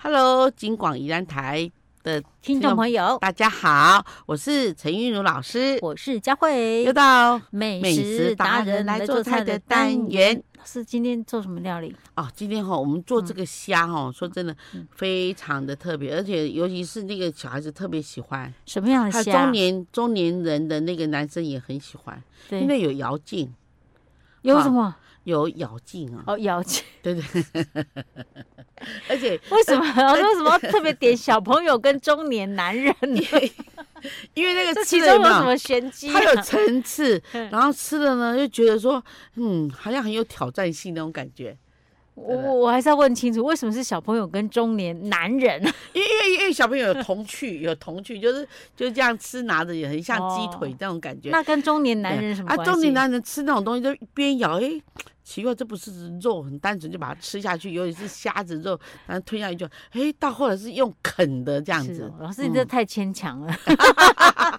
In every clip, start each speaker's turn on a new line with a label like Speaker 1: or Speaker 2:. Speaker 1: Hello，金广宜兰台的
Speaker 2: 听众朋友，
Speaker 1: 大家好，我是陈韵如老师，
Speaker 2: 我是佳慧
Speaker 1: 又，到
Speaker 2: 美
Speaker 1: 美食
Speaker 2: 食
Speaker 1: 达
Speaker 2: 达
Speaker 1: 人
Speaker 2: 人
Speaker 1: 来
Speaker 2: 来
Speaker 1: 做
Speaker 2: 做
Speaker 1: 菜
Speaker 2: 菜
Speaker 1: 的
Speaker 2: 的
Speaker 1: 单
Speaker 2: 单
Speaker 1: 元
Speaker 2: 元。老师今天做什么料理？
Speaker 1: 哦，今天哈、我们做
Speaker 2: 嗯
Speaker 1: 这个虾哈、说真的非常的特别，而且尤其是那个小孩子特别喜欢，
Speaker 2: 什么样的
Speaker 1: 还有
Speaker 2: 虾？
Speaker 1: 中年中年人的那个男生也很喜欢，因
Speaker 2: 对，
Speaker 1: 为有咬劲，
Speaker 2: 有什么？
Speaker 1: 有咬劲啊，
Speaker 2: 哦，咬劲。
Speaker 1: 对对，而且
Speaker 2: 为什么？为什么特别点小朋友跟中年男人呢？
Speaker 1: 因为那个
Speaker 2: 这
Speaker 1: 吃
Speaker 2: 其
Speaker 1: 了
Speaker 2: 中有
Speaker 1: 没有
Speaker 2: 什么玄机啊？
Speaker 1: 它有层次，
Speaker 2: 嗯
Speaker 1: 然后吃了呢，就觉得说，嗯，好像很有挑战性那种感觉。
Speaker 2: 我我我还是要问清楚，为什么是小朋友跟中年男人？
Speaker 1: 因为因为因为小朋友有童趣，有童趣，就是就是这样吃，拿着也很像鸡
Speaker 2: 哦
Speaker 1: 腿那种感觉。
Speaker 2: 那跟中年
Speaker 1: 对
Speaker 2: 男人什么
Speaker 1: 啊，
Speaker 2: 关系？
Speaker 1: 中年男人吃那种东西，就一边咬，哎、奇怪，这不是肉，很单纯就把它吃下去，尤其是虾子肉，然后吞下去就，哎、到后来是用啃的这样
Speaker 2: 是
Speaker 1: 子。
Speaker 2: 哦老师，你这
Speaker 1: 嗯
Speaker 2: 太牵强了。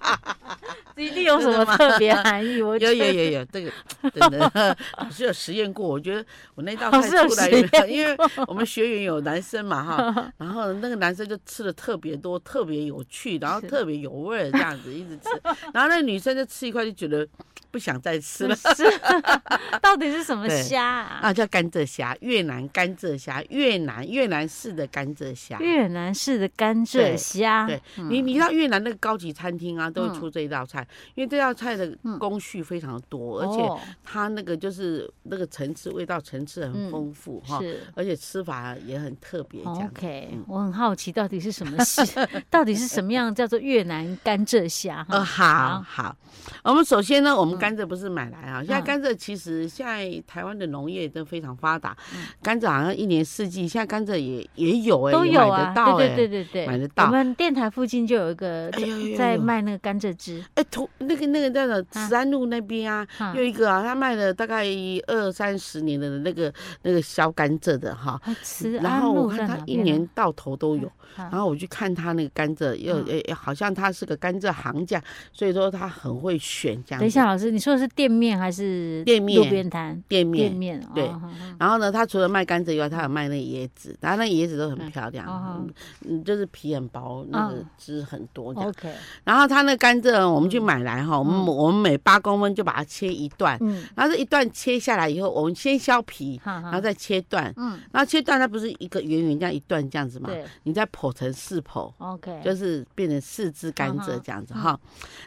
Speaker 2: 一定有什
Speaker 1: 真的
Speaker 2: 么
Speaker 1: 吗
Speaker 2: 特别含义？我
Speaker 1: 有
Speaker 2: 觉
Speaker 1: 有
Speaker 2: 得
Speaker 1: 有 有，这个真的老师有实验过。我觉得我那道
Speaker 2: 老
Speaker 1: 菜
Speaker 2: 师哦有
Speaker 1: 出来
Speaker 2: 实
Speaker 1: 有，因为我们学员有男生嘛哈，然后那个男生就吃的特别多，特别有趣，然后
Speaker 2: 是。
Speaker 1: 特别有味儿，这样子一直吃。然后那个女生就吃一块就觉得不想再吃了
Speaker 2: 是， 到底是什么
Speaker 1: 对
Speaker 2: 虾啊？
Speaker 1: 啊，叫甘蔗虾，越南甘蔗虾，越南越南式的甘蔗虾。
Speaker 2: 越嗯南式的甘
Speaker 1: 对
Speaker 2: 蔗虾，
Speaker 1: 啊对你你到越南那个高级餐厅啊，
Speaker 2: 嗯
Speaker 1: 都会出这一道菜，因为这道菜的工序非常多，而且
Speaker 2: 哦
Speaker 1: 它那个就是那个层次，味道层次很
Speaker 2: 嗯
Speaker 1: 丰富哈，
Speaker 2: 是
Speaker 1: 而且吃法也嗯很特别，这样子。
Speaker 2: OK，我很好奇到底是什么 事，到底是什么样叫做越南甘蔗虾？
Speaker 1: 呃，
Speaker 2: 哈，
Speaker 1: 好好，我们首先
Speaker 2: 嗯
Speaker 1: 呢，我们甘蔗不是买来啊，现在甘蔗其实现在台湾的农业都非常发达，甘蔗好像一年四季，现在甘蔗也也有哎、
Speaker 2: 嗯都
Speaker 1: 也
Speaker 2: 有
Speaker 1: 买
Speaker 2: 啊
Speaker 1: 得到，哎、
Speaker 2: 对对对对
Speaker 1: 买得
Speaker 2: 对，
Speaker 1: 到
Speaker 2: 我们电台附近就有一个
Speaker 1: 哎呦呦呦
Speaker 2: 在
Speaker 1: 呦
Speaker 2: 卖那个甘蔗汁，
Speaker 1: 哎，同那个那个叫做
Speaker 2: 啊
Speaker 1: 慈安路那边啊，
Speaker 2: 哈
Speaker 1: 有，一个啊，他卖了大概二三十年的那个那个削甘蔗的哈。
Speaker 2: 哦慈
Speaker 1: 然
Speaker 2: 安
Speaker 1: 后我
Speaker 2: 路
Speaker 1: 看
Speaker 2: 在
Speaker 1: 他
Speaker 2: 哪
Speaker 1: 一
Speaker 2: 边啊？
Speaker 1: 年到头都有，
Speaker 2: 啊
Speaker 1: 然后我去看他那个甘蔗，又
Speaker 2: 嗯
Speaker 1: 诶、诶好像他是个甘蔗行家，所以说他很会选这样。
Speaker 2: 等一，下，老师，你说的是店面还是
Speaker 1: 店
Speaker 2: 路
Speaker 1: 面
Speaker 2: 边摊？
Speaker 1: 店
Speaker 2: 店
Speaker 1: 面。
Speaker 2: 面
Speaker 1: 对
Speaker 2: 哦哈
Speaker 1: 然后呢，他除了卖甘蔗以外，他有卖那椰子，然后那椰子都很
Speaker 2: 嗯
Speaker 1: 漂亮，
Speaker 2: 哦
Speaker 1: 嗯嗯，就是皮很薄，那个
Speaker 2: 嗯
Speaker 1: 汁很多这
Speaker 2: 哈
Speaker 1: 样。
Speaker 2: ，OK，
Speaker 1: 然后他那甘蔗，我们去买来哈，我们我们每八公分就把它切一段，
Speaker 2: 嗯，
Speaker 1: 然后这一段切下来以后，我们先削皮，
Speaker 2: 哈
Speaker 1: 然后
Speaker 2: 哈，
Speaker 1: 再切断，
Speaker 2: 嗯，
Speaker 1: 然后切断它不是一个圆圆这样一段这样子嘛？
Speaker 2: 对
Speaker 1: 你再剖成四剖，
Speaker 2: ，OK，
Speaker 1: 就是变成四支甘蔗
Speaker 2: 嗯哼
Speaker 1: 这样子哈。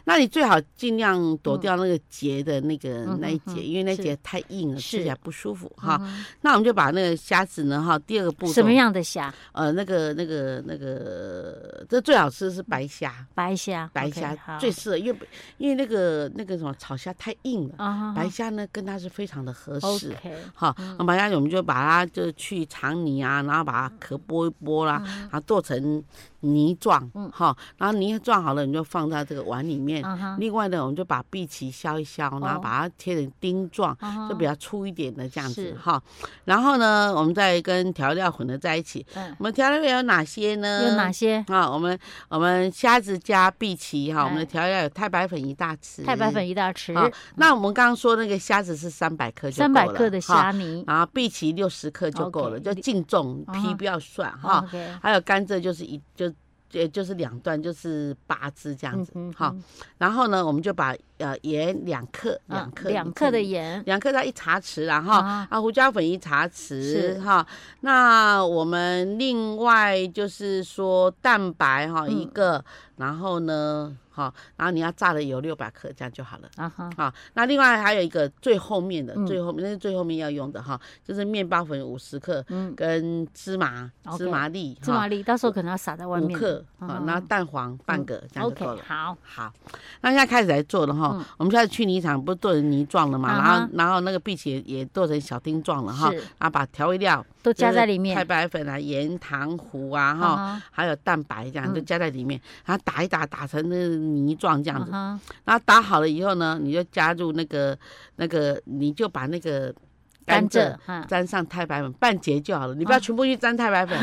Speaker 1: 那你最好尽量躲掉那个结的那个
Speaker 2: 嗯
Speaker 1: 那一节，
Speaker 2: 嗯嗯
Speaker 1: 因为那
Speaker 2: 是
Speaker 1: 节太硬了，吃
Speaker 2: 是
Speaker 1: 起来不舒服哈。
Speaker 2: 嗯
Speaker 1: 那我们就把那个虾子呢哈，第二个步骤
Speaker 2: 什么？样的虾？
Speaker 1: 呃，那个那个那个，这最好吃是白虾，
Speaker 2: 白虾，
Speaker 1: 白
Speaker 2: OK，
Speaker 1: 虾
Speaker 2: 好
Speaker 1: 最适合，因为因为那个那个什么炒虾太硬了，
Speaker 2: 啊
Speaker 1: 白虾呢跟它是非常的合适。
Speaker 2: OK，嗯
Speaker 1: 好，那白虾我们就把它就去肠泥啊，然后把它壳剥一剥啦，然后剁成泥状，好，然后泥状好了，你就放到这个碗里面。
Speaker 2: 嗯哼，
Speaker 1: 另外呢，我们就把碧琪削一削，然后
Speaker 2: 哦
Speaker 1: 把它切成丁状，
Speaker 2: 嗯哼
Speaker 1: 就比较粗一点的这样子
Speaker 2: 是
Speaker 1: 哈。然后呢，我们再跟调料混合在一起。
Speaker 2: 嗯
Speaker 1: 我们调料有哪些呢？
Speaker 2: 有哪些？
Speaker 1: 啊，我们我们虾子加碧琪哈，我们的
Speaker 2: 哎
Speaker 1: 调料有太白粉一大匙，
Speaker 2: 太白粉一大匙，
Speaker 1: 啊。那我们刚刚说那个虾子是三百克就够了，
Speaker 2: 三百克的
Speaker 1: 哈
Speaker 2: 虾，泥。
Speaker 1: 然后碧琪六十克就够了，
Speaker 2: OK，哦
Speaker 1: 就净重皮不要算啊哈。嗯
Speaker 2: OK，
Speaker 1: 还有甘蔗就是一就也就是两段，就是八支这样子
Speaker 2: 嗯
Speaker 1: 哈。
Speaker 2: 嗯
Speaker 1: 然后呢，我们就把呃盐两克，
Speaker 2: 嗯
Speaker 1: 两克
Speaker 2: 两克的。盐，
Speaker 1: 两克到一茶匙啦哈，
Speaker 2: 啊
Speaker 1: 啊，胡椒粉一茶匙
Speaker 2: 是
Speaker 1: 哈。那我们另外就是说蛋白哈
Speaker 2: 嗯
Speaker 1: 一个，然后呢，哈，然后你要炸的有六百克，这样就好了。
Speaker 2: 啊哈，
Speaker 1: 啊，那另外还有一个最后面的，
Speaker 2: 嗯
Speaker 1: 最后面那是最后面要用的哈，就是面包粉五十克，
Speaker 2: 嗯，
Speaker 1: 跟芝麻
Speaker 2: OK，
Speaker 1: 芝麻粒
Speaker 2: 芝麻粒到时候可能要撒在外
Speaker 1: 五
Speaker 2: 面。
Speaker 1: 克啊，
Speaker 2: 嗯
Speaker 1: 然后蛋黄半个，这样就够
Speaker 2: OK，
Speaker 1: 了。
Speaker 2: 好，
Speaker 1: 好，那现在开始来做了哈
Speaker 2: 嗯。
Speaker 1: 我们现在去泥厂不是剁成泥状了嘛，
Speaker 2: 啊
Speaker 1: 然
Speaker 2: 哈
Speaker 1: 后然后那个碧琪也也剁成小丁状了哈，
Speaker 2: 是
Speaker 1: 然后把调味料
Speaker 2: 都加
Speaker 1: 就是
Speaker 2: 在里
Speaker 1: 太
Speaker 2: 面。
Speaker 1: 白粉啊、盐、糖糊啊
Speaker 2: 啊
Speaker 1: 哈，
Speaker 2: 哈，
Speaker 1: 还有蛋白这样
Speaker 2: 嗯
Speaker 1: 都加在里面，然后打一打打成那个泥状这样子。
Speaker 2: 啊哈
Speaker 1: 然后打好了以后呢，你就加入那个那个，你就把那个
Speaker 2: 甘蔗，啊哈，
Speaker 1: 沾上太白粉，半截就好了，你不要全部去沾太白 粉，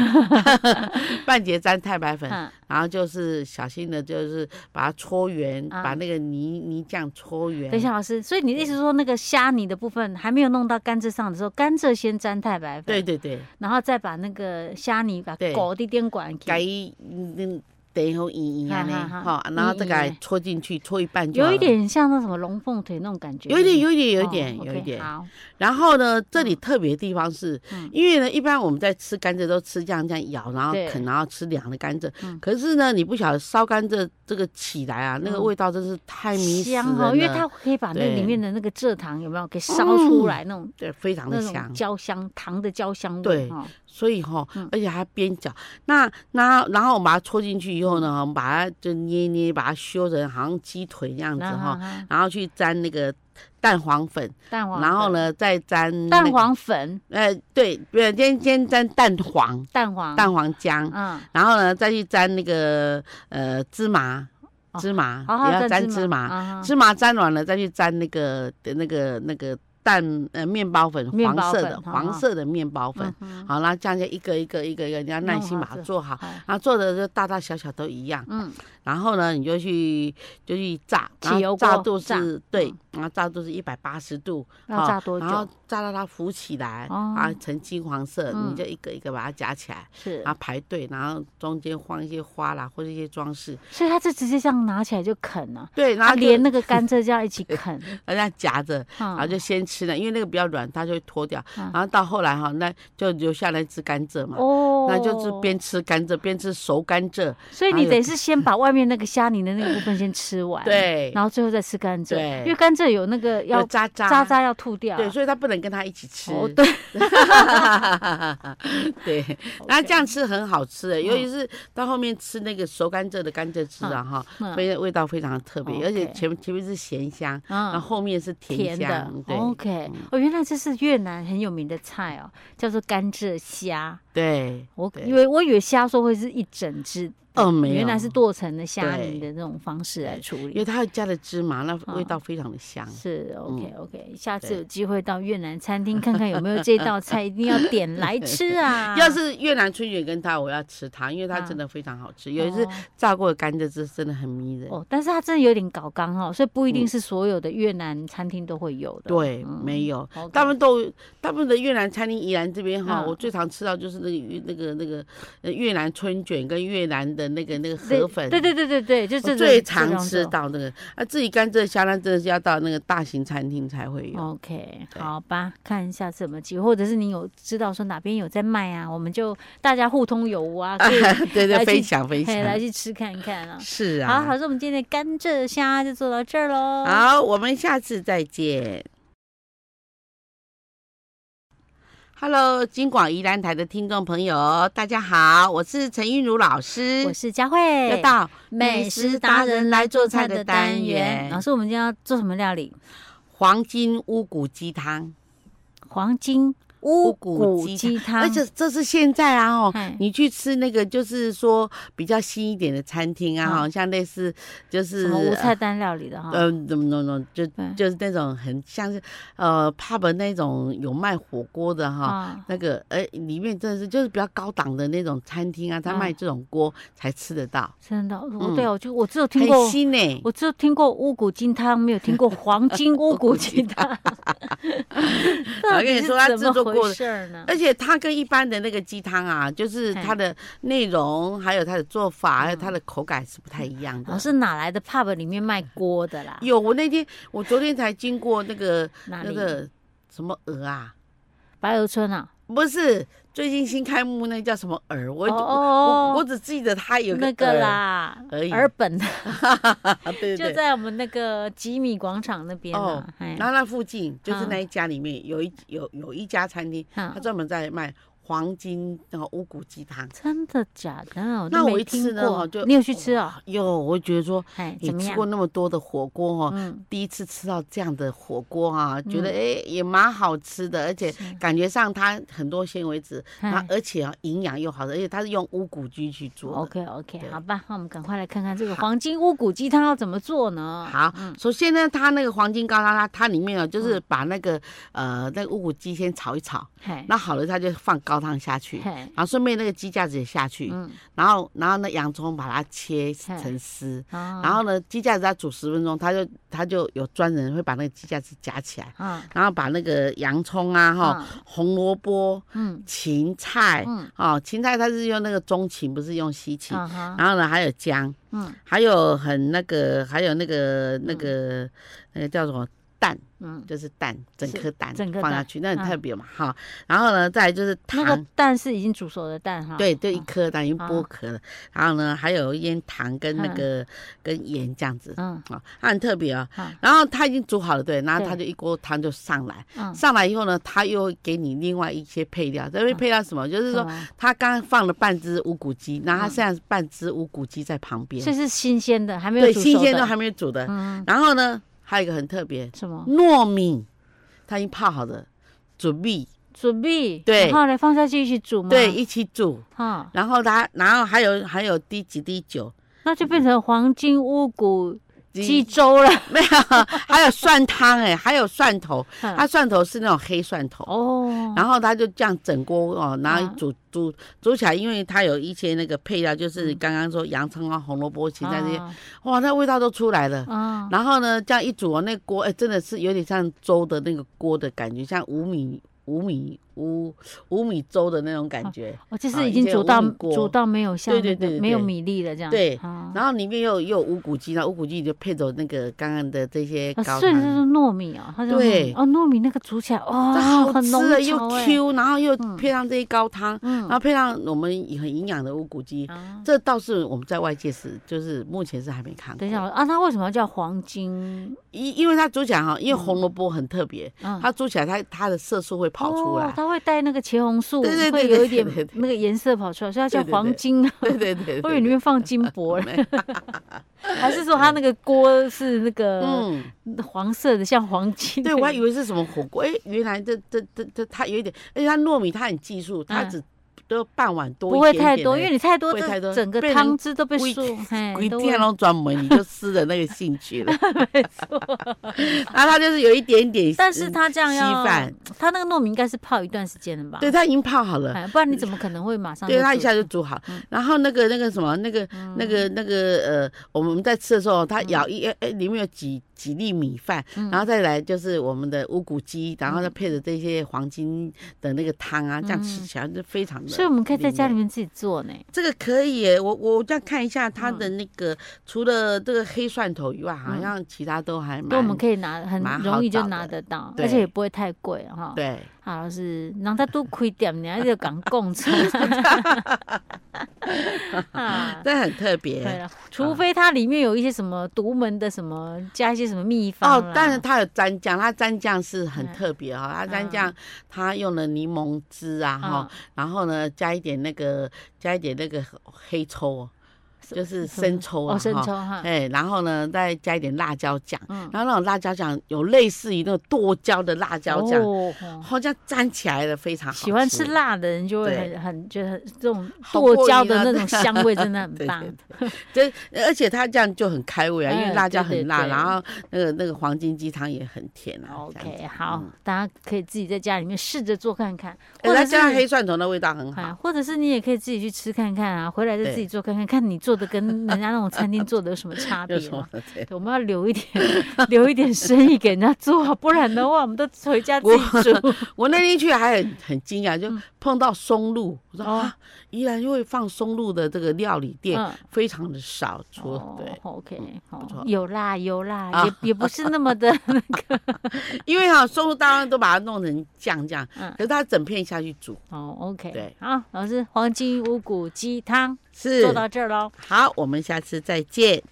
Speaker 1: 半截沾太白粉，
Speaker 2: 嗯
Speaker 1: 然后就是小心的，就是把它搓圆，
Speaker 2: 啊
Speaker 1: 把那个泥泥酱搓圆。
Speaker 2: 嗯等一下，老师，所以你的意思说，那个虾泥的部分还没有弄到甘蔗上的时候，甘蔗先沾太白粉，
Speaker 1: 对，对对，
Speaker 2: 然后再把那个虾泥把
Speaker 1: 对
Speaker 2: 狗的点管
Speaker 1: 改
Speaker 2: 给，
Speaker 1: 嗯等一后圆圆
Speaker 2: 哈
Speaker 1: 呢，
Speaker 2: 哈
Speaker 1: 好
Speaker 2: 哈，
Speaker 1: 然后再给
Speaker 2: 圆
Speaker 1: 它搓进去，搓一半就好了
Speaker 2: 有一，点像那什么龙凤腿那种感觉，
Speaker 1: 有一点，
Speaker 2: 对
Speaker 1: 有一点，有一
Speaker 2: 不对
Speaker 1: 点，
Speaker 2: 哦
Speaker 1: 有一
Speaker 2: OK，
Speaker 1: 点。
Speaker 2: 好，
Speaker 1: 然后呢，这里特别的地方是
Speaker 2: 嗯，
Speaker 1: 因为呢，一般我们在吃甘蔗都吃这样这样咬，然后
Speaker 2: 对
Speaker 1: 啃，然后吃凉的甘蔗
Speaker 2: 嗯。
Speaker 1: 可是呢，你不晓得烧甘蔗这个起来啊，那个
Speaker 2: 嗯
Speaker 1: 味道真是太迷死
Speaker 2: 香哈，
Speaker 1: 人
Speaker 2: 因为
Speaker 1: 了
Speaker 2: 它可以把那
Speaker 1: 对
Speaker 2: 里面的那个蔗糖有没有给烧出来那种
Speaker 1: 对非常
Speaker 2: 那
Speaker 1: 的嗯
Speaker 2: 种
Speaker 1: 香。
Speaker 2: 焦香糖的焦香味，
Speaker 1: 对
Speaker 2: 哦
Speaker 1: 所以哈、
Speaker 2: 嗯
Speaker 1: 而且还边角，那那然后我们把它戳进去以后呢，我们把它就捏一捏，把它修成好像鸡腿那样子
Speaker 2: 然后
Speaker 1: 哈、
Speaker 2: 哈
Speaker 1: 然后去沾那个蛋黄粉，
Speaker 2: 蛋黄，
Speaker 1: 然后？呢再沾、
Speaker 2: 蛋，黄粉，
Speaker 1: 呃，对，不是，先先沾蛋黄，
Speaker 2: 蛋黄，
Speaker 1: 蛋黄浆，
Speaker 2: 嗯，
Speaker 1: 然后呢再去沾那个呃芝麻，
Speaker 2: 哦
Speaker 1: 芝麻、
Speaker 2: 好好
Speaker 1: 也嗯要沾芝
Speaker 2: 芝
Speaker 1: 麻，
Speaker 2: 啊哈
Speaker 1: 芝麻沾完了再去沾那个那个那个蛋呃面包粉，
Speaker 2: 面
Speaker 1: 黄
Speaker 2: 包
Speaker 1: 色
Speaker 2: 粉
Speaker 1: 的
Speaker 2: 哈
Speaker 1: 黄
Speaker 2: 哈
Speaker 1: 色的面包粉。
Speaker 2: 嗯哼
Speaker 1: 好啦，这样就一个一个一个一个，你要耐心把它做好。
Speaker 2: 好
Speaker 1: 然后做的就大大小小都一样，
Speaker 2: 嗯，
Speaker 1: 然后呢，你就去就去炸，
Speaker 2: 起
Speaker 1: 然后
Speaker 2: 油
Speaker 1: 炸
Speaker 2: 锅
Speaker 1: 度
Speaker 2: 炸
Speaker 1: 是对，然后炸度是一百八十度，
Speaker 2: 要
Speaker 1: 好
Speaker 2: 炸多
Speaker 1: 然后
Speaker 2: 久？
Speaker 1: 炸到它浮起来，
Speaker 2: 哦
Speaker 1: 啊，成金黄色，你
Speaker 2: 嗯
Speaker 1: 就一个一个把它夹起来，
Speaker 2: 是
Speaker 1: 然，后排队，然后中间放一些花啦或者一些装饰，
Speaker 2: 所以他就直接这样拿起来就啃啊，
Speaker 1: 对，然
Speaker 2: 他
Speaker 1: 后
Speaker 2: 连
Speaker 1: 那
Speaker 2: 那个甘蔗这样一起 啃，
Speaker 1: 人家夹着，然后
Speaker 2: 嗯
Speaker 1: 就先吃了，因为那个比较软，它就会脱掉，
Speaker 2: 嗯
Speaker 1: 然后到后来哈，那就留下那只甘蔗嘛，
Speaker 2: 哦
Speaker 1: 那就是边吃甘蔗边吃熟甘蔗，
Speaker 2: 所以
Speaker 1: 然后
Speaker 2: 你
Speaker 1: 有
Speaker 2: 得是先把外面那个虾泥的那个部分先吃完，，
Speaker 1: 对，
Speaker 2: 然后最后再吃甘蔗，
Speaker 1: 对
Speaker 2: 因为甘蔗有那个
Speaker 1: 有
Speaker 2: 要
Speaker 1: 渣渣
Speaker 2: 渣渣要吐掉啊，
Speaker 1: 对，所以他不能跟他一起吃。
Speaker 2: 哦对，
Speaker 1: 对，那这样吃很好吃的，欸
Speaker 2: 嗯
Speaker 1: 尤其是到后面吃那个熟甘蔗的甘蔗汁啊，哈，
Speaker 2: 嗯
Speaker 1: 非味道非常特别，
Speaker 2: OK
Speaker 1: 而且前前面是咸香，然
Speaker 2: 嗯。
Speaker 1: 后后面是甜
Speaker 2: 甜的
Speaker 1: 香，对嗯
Speaker 2: ，OK，哦，原来这是越南很有名的菜哦，叫做甘蔗虾。
Speaker 1: 对，
Speaker 2: 我
Speaker 1: 对
Speaker 2: 因为我以为虾说会是一整只，
Speaker 1: 哦没有，
Speaker 2: 原来是剁成的虾
Speaker 1: 对
Speaker 2: 泥的那种方式来处
Speaker 1: 因为
Speaker 2: 理。
Speaker 1: 它加了芝麻，那味
Speaker 2: 嗯
Speaker 1: 道非常的香。
Speaker 2: 是 OK OK，下次
Speaker 1: 嗯对
Speaker 2: 有机会到越南餐厅看看有没有这道菜，一定要点来吃啊！
Speaker 1: 要是越南春卷跟它，我要吃它，因为它
Speaker 2: 嗯
Speaker 1: 真的非常好吃。有一次
Speaker 2: 哦
Speaker 1: 炸过的甘蔗汁真的很迷人。
Speaker 2: 哦，但是它真的有点搞刚哦，所以不一定是所有的越南餐厅都会有
Speaker 1: 嗯
Speaker 2: 的。
Speaker 1: 对，
Speaker 2: 嗯
Speaker 1: 没有，
Speaker 2: OK
Speaker 1: 大部分都大部分的越南餐厅，宜兰这边哈，
Speaker 2: 嗯
Speaker 1: 我最常吃到就是那个越那个那个呃越南春卷跟越南的那个那个
Speaker 2: 对
Speaker 1: 河粉，
Speaker 2: 对对对对对，就
Speaker 1: 我
Speaker 2: 这
Speaker 1: 最
Speaker 2: 种
Speaker 1: 常吃。到那个。啊，自己甘蔗虾呢，真的是要到那个大型餐厅才会
Speaker 2: 这
Speaker 1: 有。
Speaker 2: 种 OK，
Speaker 1: 对
Speaker 2: 好吧，看下次有没有机会，或者是你有知道说哪边有在卖啊，我们就大家互通有无啊，可以
Speaker 1: 对对，
Speaker 2: 来去
Speaker 1: 分享分
Speaker 2: 可以来
Speaker 1: 享，
Speaker 2: 去吃看看 啊。
Speaker 1: 是
Speaker 2: 好，好，
Speaker 1: 啊。
Speaker 2: 是我们今天的甘蔗虾就做到这儿喽。
Speaker 1: 好，我们下次再见。Hello，金广宜兰台的听众朋友，大家好，我是陈韵如老师
Speaker 2: 我，是佳慧，
Speaker 1: 又到
Speaker 2: 哎美食达人来做菜的单元。老师，我们今天要做什么料理？
Speaker 1: 黄金乌骨鸡汤，
Speaker 2: 黄金乌骨鸡汤，
Speaker 1: 而且哎这是现在啊哦
Speaker 2: 嗨，
Speaker 1: 你去吃那个就是说比较新一点的餐厅啊，好、像类似就是
Speaker 2: 嗯什么无菜嗯单料理的哈？
Speaker 1: 呃，怎么怎么怎么，就
Speaker 2: 对
Speaker 1: 就是那种很像是呃 pub 那种有卖火锅的哈。
Speaker 2: 啊，
Speaker 1: 那个，哎、里面真的是就是比较高档的那种餐厅啊，他
Speaker 2: 嗯
Speaker 1: 卖这种锅才吃得到，
Speaker 2: 真的，我
Speaker 1: 嗯
Speaker 2: 对啊我就我只有听
Speaker 1: 很
Speaker 2: 过，
Speaker 1: 新呢、欸
Speaker 2: 我只有听过乌骨鸡汤，没有听过黄金乌骨鸡汤。 到底是
Speaker 1: 它制
Speaker 2: 怎么
Speaker 1: 作过
Speaker 2: 回
Speaker 1: 的
Speaker 2: 事儿呢？
Speaker 1: 而且它跟一般的那个鸡汤啊，就是它的内容，还有它的做
Speaker 2: 嗯
Speaker 1: 法，还有它的口感是不太一样
Speaker 2: 老
Speaker 1: 的。
Speaker 2: 师哪来的 pub 里面卖锅的啦？
Speaker 1: 有，我那天我昨天才经过那个
Speaker 2: 啊哪
Speaker 1: 那
Speaker 2: 里？
Speaker 1: 个什么鹅啊，
Speaker 2: 白鹅村啊？
Speaker 1: 不是最近新开幕那叫什么鹅，我我
Speaker 2: 哦哦
Speaker 1: 我
Speaker 2: 哦，
Speaker 1: 只记得它有
Speaker 2: 那
Speaker 1: 鹅
Speaker 2: 个，啦，
Speaker 1: 而已
Speaker 2: 尔本。
Speaker 1: 对对
Speaker 2: 就
Speaker 1: 对。
Speaker 2: 在我们那个吉米广场那边
Speaker 1: 哦
Speaker 2: 啊，哎
Speaker 1: 然后那附近就是
Speaker 2: 嗯
Speaker 1: 那一家里面有一有有一家餐厅，
Speaker 2: 嗯
Speaker 1: 它专门在卖黄金那个乌骨鸡汤。
Speaker 2: 真的假的？
Speaker 1: 那
Speaker 2: 都
Speaker 1: 我
Speaker 2: 没
Speaker 1: 一
Speaker 2: 听
Speaker 1: 吃呢
Speaker 2: 过
Speaker 1: 哦就
Speaker 2: 你有去吃哦？
Speaker 1: 有，我觉得说
Speaker 2: 哎，
Speaker 1: 你
Speaker 2: 怎么
Speaker 1: 吃
Speaker 2: 样
Speaker 1: 过？那么多的火锅哦，
Speaker 2: 嗯，
Speaker 1: 第一次吃到这样的火锅啊，觉得
Speaker 2: 嗯
Speaker 1: 诶也蛮好吃的，而且
Speaker 2: 是嗯
Speaker 1: 感觉上它很多纤维质，然后
Speaker 2: 嗨
Speaker 1: 而且啊营养又好的，而且它是用乌骨鸡去做的。
Speaker 2: OK OK，
Speaker 1: 对
Speaker 2: 好吧，那我们赶快来看看这个黄金乌骨鸡汤要怎么做呢？
Speaker 1: 好，首先呢，它那个黄金高汤，它它里面哦，就是
Speaker 2: 嗯
Speaker 1: 把那个呃那个乌骨鸡先炒一炒，
Speaker 2: 嘿，
Speaker 1: 那好了，它就放高汤下去，
Speaker 2: 哎嘿，
Speaker 1: 然后顺便那个鸡架子也下去，
Speaker 2: 嗯，
Speaker 1: 然后然后那洋葱把它切
Speaker 2: 嘿嗯
Speaker 1: 成丝，
Speaker 2: 然
Speaker 1: 然后呢，鸡架子要煮十分钟，它就它就有专人会把那个鸡架子夹起来，
Speaker 2: 啊，
Speaker 1: 然后把那个洋葱啊哈、
Speaker 2: 嗯
Speaker 1: 红萝卜、
Speaker 2: 嗯
Speaker 1: 芹菜，
Speaker 2: 嗯
Speaker 1: 哦，芹菜它是用那个中芹，不是用西芹，
Speaker 2: 啊哈，
Speaker 1: 然后呢还有姜。
Speaker 2: 嗯
Speaker 1: 还有很那个，还有那个那个、那个叫什么蛋，
Speaker 2: 嗯，
Speaker 1: 就是蛋，整
Speaker 2: 是
Speaker 1: 颗蛋
Speaker 2: 整颗
Speaker 1: 放下
Speaker 2: 蛋
Speaker 1: 去，那很
Speaker 2: 嗯
Speaker 1: 特别嘛哈、然后呢，再来就是糖，
Speaker 2: 那个蛋是已经煮熟的蛋哈。
Speaker 1: 对，就一
Speaker 2: 哦
Speaker 1: 颗蛋已经剥
Speaker 2: 啊
Speaker 1: 壳了、然后呢，还有一烟糖跟那
Speaker 2: 嗯
Speaker 1: 个、跟盐这样子。
Speaker 2: 嗯
Speaker 1: 啊，它很特别哦
Speaker 2: 嗯。
Speaker 1: 然后它已经煮好了，对，然后它就
Speaker 2: 对
Speaker 1: 一锅汤就上来，
Speaker 2: 嗯，
Speaker 1: 上来以后呢，它又会给你另外一些配料，这边
Speaker 2: 嗯
Speaker 1: 配料什么？就是
Speaker 2: 什
Speaker 1: 说，
Speaker 2: 么
Speaker 1: 它刚刚放了半只无骨鸡，然后它
Speaker 2: 嗯
Speaker 1: 现在半只无骨鸡在旁边
Speaker 2: 所，以是新鲜的，还没有
Speaker 1: 对，
Speaker 2: 煮
Speaker 1: 新
Speaker 2: 熟
Speaker 1: 鲜
Speaker 2: 的
Speaker 1: 都还没有嗯煮的，
Speaker 2: 嗯，
Speaker 1: 然后呢，还有一个很特别，
Speaker 2: 什么
Speaker 1: 糯米，它已经泡好的，准备
Speaker 2: 准备？
Speaker 1: 对
Speaker 2: 然后呢放下去一起煮吗？
Speaker 1: 对，一起煮。
Speaker 2: 哈，
Speaker 1: 然后它，然后还有还有滴几滴酒，
Speaker 2: 那就变成黄金乌骨鸡
Speaker 1: 嗯鸡
Speaker 2: 粥了。
Speaker 1: 没有， 还有蒜汤哎、还有蒜头，
Speaker 2: 嗯
Speaker 1: 它蒜头是那种黑蒜头。
Speaker 2: 哦，
Speaker 1: 然后它就这样整锅哦，然后
Speaker 2: 啊
Speaker 1: 煮煮煮起来，因为它有一些那个配料，就是刚刚说洋葱啊、红萝卜、芹菜这些，
Speaker 2: 嗯啊
Speaker 1: 哇，那味道都出来了。
Speaker 2: 啊，
Speaker 1: 然后呢，这样一煮哦，那锅哎、真的是有点像粥的那个锅的感觉，像五米五米五五米粥的那种感觉。
Speaker 2: 我哦就
Speaker 1: 啊
Speaker 2: 是已
Speaker 1: 以
Speaker 2: 经
Speaker 1: 前
Speaker 2: 煮
Speaker 1: 有
Speaker 2: 到
Speaker 1: 乌米锅
Speaker 2: 煮到没有像
Speaker 1: 对对
Speaker 2: 那个
Speaker 1: 对对
Speaker 2: 没有
Speaker 1: 对
Speaker 2: 米粒了这样。
Speaker 1: 对
Speaker 2: 啊
Speaker 1: 然后里面又又有五谷鸡，然后五谷鸡就配着那个刚刚的这些
Speaker 2: 啊
Speaker 1: 高
Speaker 2: 所以这是
Speaker 1: 汤，
Speaker 2: 糯米哦，它叫糯米
Speaker 1: 对
Speaker 2: 哦，糯米那个煮起来
Speaker 1: 这
Speaker 2: 哦，
Speaker 1: 好
Speaker 2: 很
Speaker 1: 吃
Speaker 2: 浓
Speaker 1: 了又
Speaker 2: 稠哎
Speaker 1: Q，然后又
Speaker 2: 嗯
Speaker 1: 配上这些高汤，
Speaker 2: 嗯
Speaker 1: 然后配上我们很营养的五谷鸡，
Speaker 2: 啊
Speaker 1: 这倒是我们在外界是就是目前是还没看过。
Speaker 2: 等一下，啊，它为什么叫黄金？
Speaker 1: 因因为它煮起来哈，因为红萝卜很特别，
Speaker 2: 嗯
Speaker 1: 它煮起来它它的色素会跑出
Speaker 2: 哦
Speaker 1: 来，。
Speaker 2: 它会带那个茄红素，
Speaker 1: 对对对
Speaker 2: 会
Speaker 1: 对
Speaker 2: 有一点
Speaker 1: 对对对
Speaker 2: 那个颜色跑出来，所以它叫
Speaker 1: 对对对
Speaker 2: 黄金。
Speaker 1: 对对 对对
Speaker 2: 我以为里
Speaker 1: 对
Speaker 2: 面放金 箔嘞，
Speaker 1: 没
Speaker 2: 还是说它那个锅是那个
Speaker 1: 嗯，
Speaker 2: 黄色的，像黄金的？
Speaker 1: 对，我还以为是什么火锅，哎、原来这这这这它有一点，而且它糯米它很技术，它
Speaker 2: 嗯
Speaker 1: 只都半碗多
Speaker 2: 不
Speaker 1: 一
Speaker 2: 会
Speaker 1: 点
Speaker 2: 太
Speaker 1: 点
Speaker 2: 多，
Speaker 1: 而已
Speaker 2: 因为你太多，
Speaker 1: 不会太
Speaker 2: 这
Speaker 1: 多
Speaker 2: 整个
Speaker 1: 被人
Speaker 2: 汤汁都被
Speaker 1: 规
Speaker 2: 塑，嘿
Speaker 1: 鬼
Speaker 2: 都
Speaker 1: 天
Speaker 2: 会
Speaker 1: 龙专门你就失了那个兴趣 了，然后它就是有一点点，
Speaker 2: 但是
Speaker 1: 嗯
Speaker 2: 它这样
Speaker 1: 稀
Speaker 2: 要
Speaker 1: 饭，
Speaker 2: 它那个糯米应该是泡一段时间的吧？
Speaker 1: 对，它已经泡好了。
Speaker 2: 哎，不然你怎么可能会马上就
Speaker 1: 对，
Speaker 2: 煮？嗯
Speaker 1: 它一下就煮好，然后那个那个什么，那个那个那个呃，我们在吃的时候，它
Speaker 2: 嗯
Speaker 1: 舀一哎哎，里面有几几粒米饭，然后再来就是我们的乌骨鸡，然后再配着这些黄金的那个汤啊，这样吃起来就非常的。
Speaker 2: 嗯所以我们可以在家里面自己做呢。
Speaker 1: 这个可以耶，我我这样看一下它的那个，除了这个黑蒜头以外，好像其他都还蛮。
Speaker 2: 嗯对，我们可以拿，很
Speaker 1: 蛮好
Speaker 2: 容易就
Speaker 1: 找
Speaker 2: 拿
Speaker 1: 的
Speaker 2: 得到，
Speaker 1: 对
Speaker 2: 而且也不会太贵哈。，
Speaker 1: 对，
Speaker 2: 好是，人家都亏点，你还就讲共存。 啊，
Speaker 1: 这很特
Speaker 2: 对
Speaker 1: 别。
Speaker 2: 了，除非它里面有一些什么独门的什么，加一些什么秘方
Speaker 1: 哦
Speaker 2: 啦，
Speaker 1: 当然它有蘸酱，它蘸酱是很
Speaker 2: 嗯
Speaker 1: 特别哈、它蘸
Speaker 2: 嗯
Speaker 1: 酱它用了柠檬汁啊哈、
Speaker 2: 啊
Speaker 1: 然后呢加一点那个加一点那个黑抽哦，
Speaker 2: 什
Speaker 1: 就是
Speaker 2: 什么
Speaker 1: 生抽啊
Speaker 2: 哦，生
Speaker 1: 哈
Speaker 2: 抽哈，
Speaker 1: 哎，然后呢再加一点辣椒酱，
Speaker 2: 嗯，
Speaker 1: 然后那种辣椒酱有类似于那种剁椒的辣椒酱，
Speaker 2: 哦哦
Speaker 1: 好像蘸起来的非常好
Speaker 2: 喜欢吃辣的人就会
Speaker 1: 对
Speaker 2: 很很觉得很这种
Speaker 1: 好过
Speaker 2: 剁椒
Speaker 1: 瘾啊
Speaker 2: 的那种
Speaker 1: 对
Speaker 2: 香 味真的很
Speaker 1: 对
Speaker 2: 棒
Speaker 1: 对。对，这而且它这样就很开胃啊，因为
Speaker 2: 嗯
Speaker 1: 辣椒
Speaker 2: 对对
Speaker 1: 很辣，
Speaker 2: 对
Speaker 1: 然后那个那个黄金鸡汤也很甜啊。这样子
Speaker 2: OK，好
Speaker 1: 嗯，
Speaker 2: 大家可以自己在家里面试着做看看，
Speaker 1: 哎
Speaker 2: 或
Speaker 1: 再
Speaker 2: 者是
Speaker 1: 加上黑蒜头的味道很好
Speaker 2: 啊，。或者是你也可以自己去吃看看啊，回来再自己
Speaker 1: 对
Speaker 2: 做看看，看你做的跟人家那种餐厅做的有什么差 别啊
Speaker 1: 有什
Speaker 2: 吗
Speaker 1: 么？对。
Speaker 2: 对我们要留一点，留一点生意给人家做啊，不然的话，我们都回家自己煮。
Speaker 1: 我那天去还很很惊讶，就碰到松露，我说
Speaker 2: 嗯哦
Speaker 1: 啊，依然会放松露的这个料理店
Speaker 2: 嗯，
Speaker 1: 非常的少，除了
Speaker 2: 哦
Speaker 1: 对，
Speaker 2: ，OK，
Speaker 1: 嗯不
Speaker 2: 哦
Speaker 1: 错
Speaker 2: 有啦有啦，
Speaker 1: 啊
Speaker 2: 也也不是那么的那个。
Speaker 1: 因为啊，松露当然都把它弄成酱酱
Speaker 2: 嗯，
Speaker 1: 可是它整片下去煮，
Speaker 2: 哦，OK，
Speaker 1: 对
Speaker 2: 好，老师，黄金五谷鸡汤
Speaker 1: 是
Speaker 2: 做到这儿喽。
Speaker 1: 好，我们下次再见。